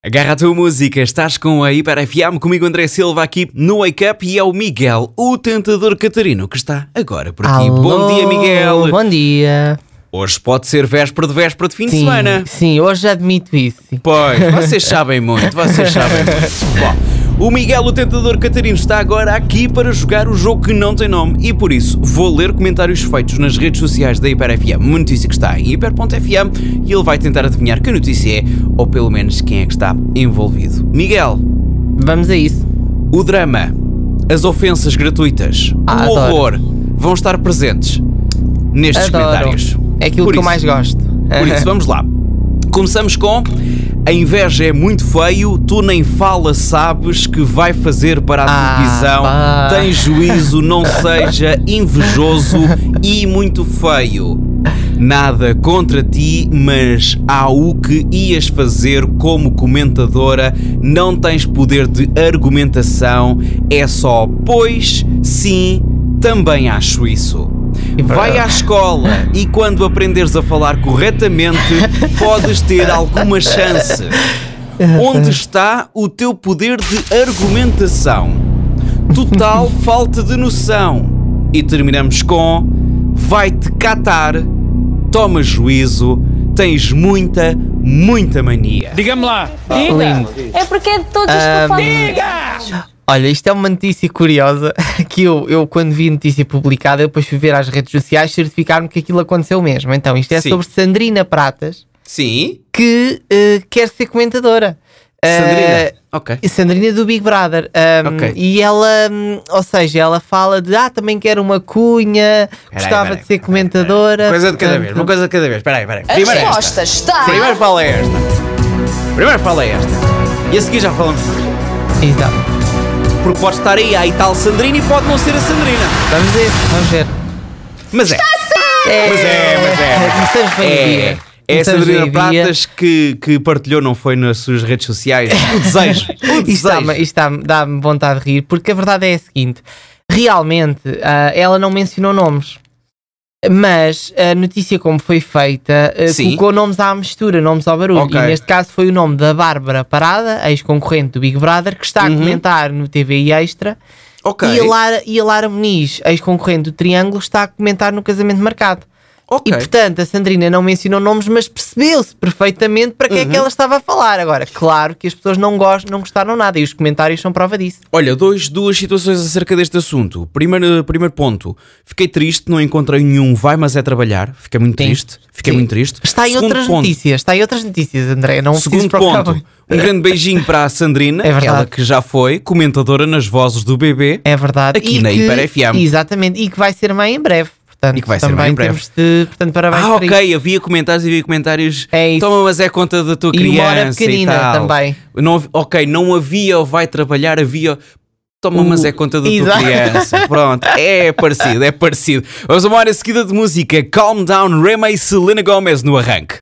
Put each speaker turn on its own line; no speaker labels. Agarra a tua música, estás com a Hiper FM, comigo André Silva aqui no Wake Up e é o Miguel, o tentador Catarino, que está agora por aqui.
Alô,
Bom dia, Miguel!
Bom dia.
Hoje pode ser véspera de véspera de fim de
Sim,
semana.
sim, hoje já admito isso.
Pois, vocês sabem muito, vocês sabem muito. Bom, o Miguel, o tentador Catarino, está agora aqui para jogar o jogo que não tem nome e por isso vou ler comentários feitos nas redes sociais da Hiper FM, uma notícia que está em hiper.fm e ele vai tentar adivinhar que notícia é ou pelo menos quem é que está envolvido. Miguel,
Vamos a isso.
o drama, as ofensas gratuitas,
Ah,
o
adoro.
horror vão estar presentes nestes
Adoro.
comentários.
É aquilo
Por
que eu
isso,
mais gosto.
por isso, vamos lá. Começamos com a inveja é muito feio, tu nem fala, sabes que vai fazer para a
Ah,
televisão.
pá.
Tem juízo, não seja invejoso e muito feio. Nada contra ti, mas há o que ias fazer como comentadora, não tens poder de argumentação, é só pois, sim, também acho isso.
E
Vai
pronto.
à escola e quando aprenderes a falar corretamente, podes ter alguma chance. Onde está o teu poder de argumentação? Total falta de noção. E terminamos com: vai-te catar, toma juízo, tens muita, muita mania.
Diga-me lá.
Lindo.
É porque é de todos os que eu falo.
Olha, isto é uma notícia curiosa que eu, eu quando vi a notícia publicada, eu depois fui ver às redes sociais certificar-me que aquilo aconteceu mesmo. Então, isto é
Sim.
sobre Sandrina Pratas,
Sim,
que eh, quer ser comentadora. Eh,
Sandrina. Ok.
E Sandrina do Big Brother. Um,
Ok.
E ela, hum, ou seja, ela fala de ah, também quero uma cunha, gostava
peraí,
de ser comentadora.
Coisa de cada
portanto,
vez, uma coisa de cada vez. Espera aí, espera aí.
A
Primeiro é esta.
resposta está.
Primeiro fala esta. Primeiro fala é esta. E a seguir já falamos.
Exato.
Porque pode estar aí a e tal Sandrina e pode não ser a Sandrina.
Vamos ver, vamos ver.
Mas é. Mas é, mas é.
Começamos bem o
É,
dia.
é a
Começamos bem
Sandrina
o dia.
Pratas que, que partilhou, não foi nas suas redes sociais, o desejo. O
Isto tá dá-me
desejo.
isto dá-me- dá-me vontade de rir, porque a verdade é a seguinte: realmente ah, ela não mencionou nomes. Mas a notícia como foi feita ah,
Sim.
colocou nomes à mistura, nomes ao barulho.
Ok.
E neste caso foi o nome da Bárbara Parada, ex-concorrente do Big Brother, que está a
Uhum.
comentar no TVI Extra.
Ok.
E, a Lara, e a Lara Muniz, ex-concorrente do Triângulo, está a comentar no Casamento Marcado.
Ok.
E portanto, a Sandrina não mencionou nomes, mas percebeu-se perfeitamente para que é que
Uhum.
ela estava a falar. Agora, claro que as pessoas não, gostam, não gostaram nada e os comentários são prova disso.
Olha, dois, duas situações acerca deste assunto. Primeiro, primeiro ponto, fiquei triste, não encontrei nenhum vai, mas é trabalhar. Fiquei muito
Sim.
triste. Fiquei
Sim.
muito triste.
Está em
Segundo
outras
ponto,
notícias, está em outras notícias, André. Não preciso
Segundo
procurar
ponto,
muito.
um grande beijinho para a Sandrina,
É verdade.
ela que já foi comentadora nas vozes do bebê
É verdade.
Aqui
E
na
que-
Hiper FM.
Exatamente, e que vai ser mãe em breve. Portanto,
E que vai ser
também
mãe em breve.
temos de. Portanto, parabéns
Ah,
por isso.
ok, havia comentários e havia comentários.
É isso.
Toma, mas é conta da tua
E uma hora
criança.
pequenina
e tal.
também.
Não, hav- ok, não havia ou vai trabalhar, havia. Toma, mas é conta da tua
exato.
criança. Pronto, é parecido, é parecido. Vamos a uma hora seguida de música. Calm Down, Rema e Selena Gomez no arranque.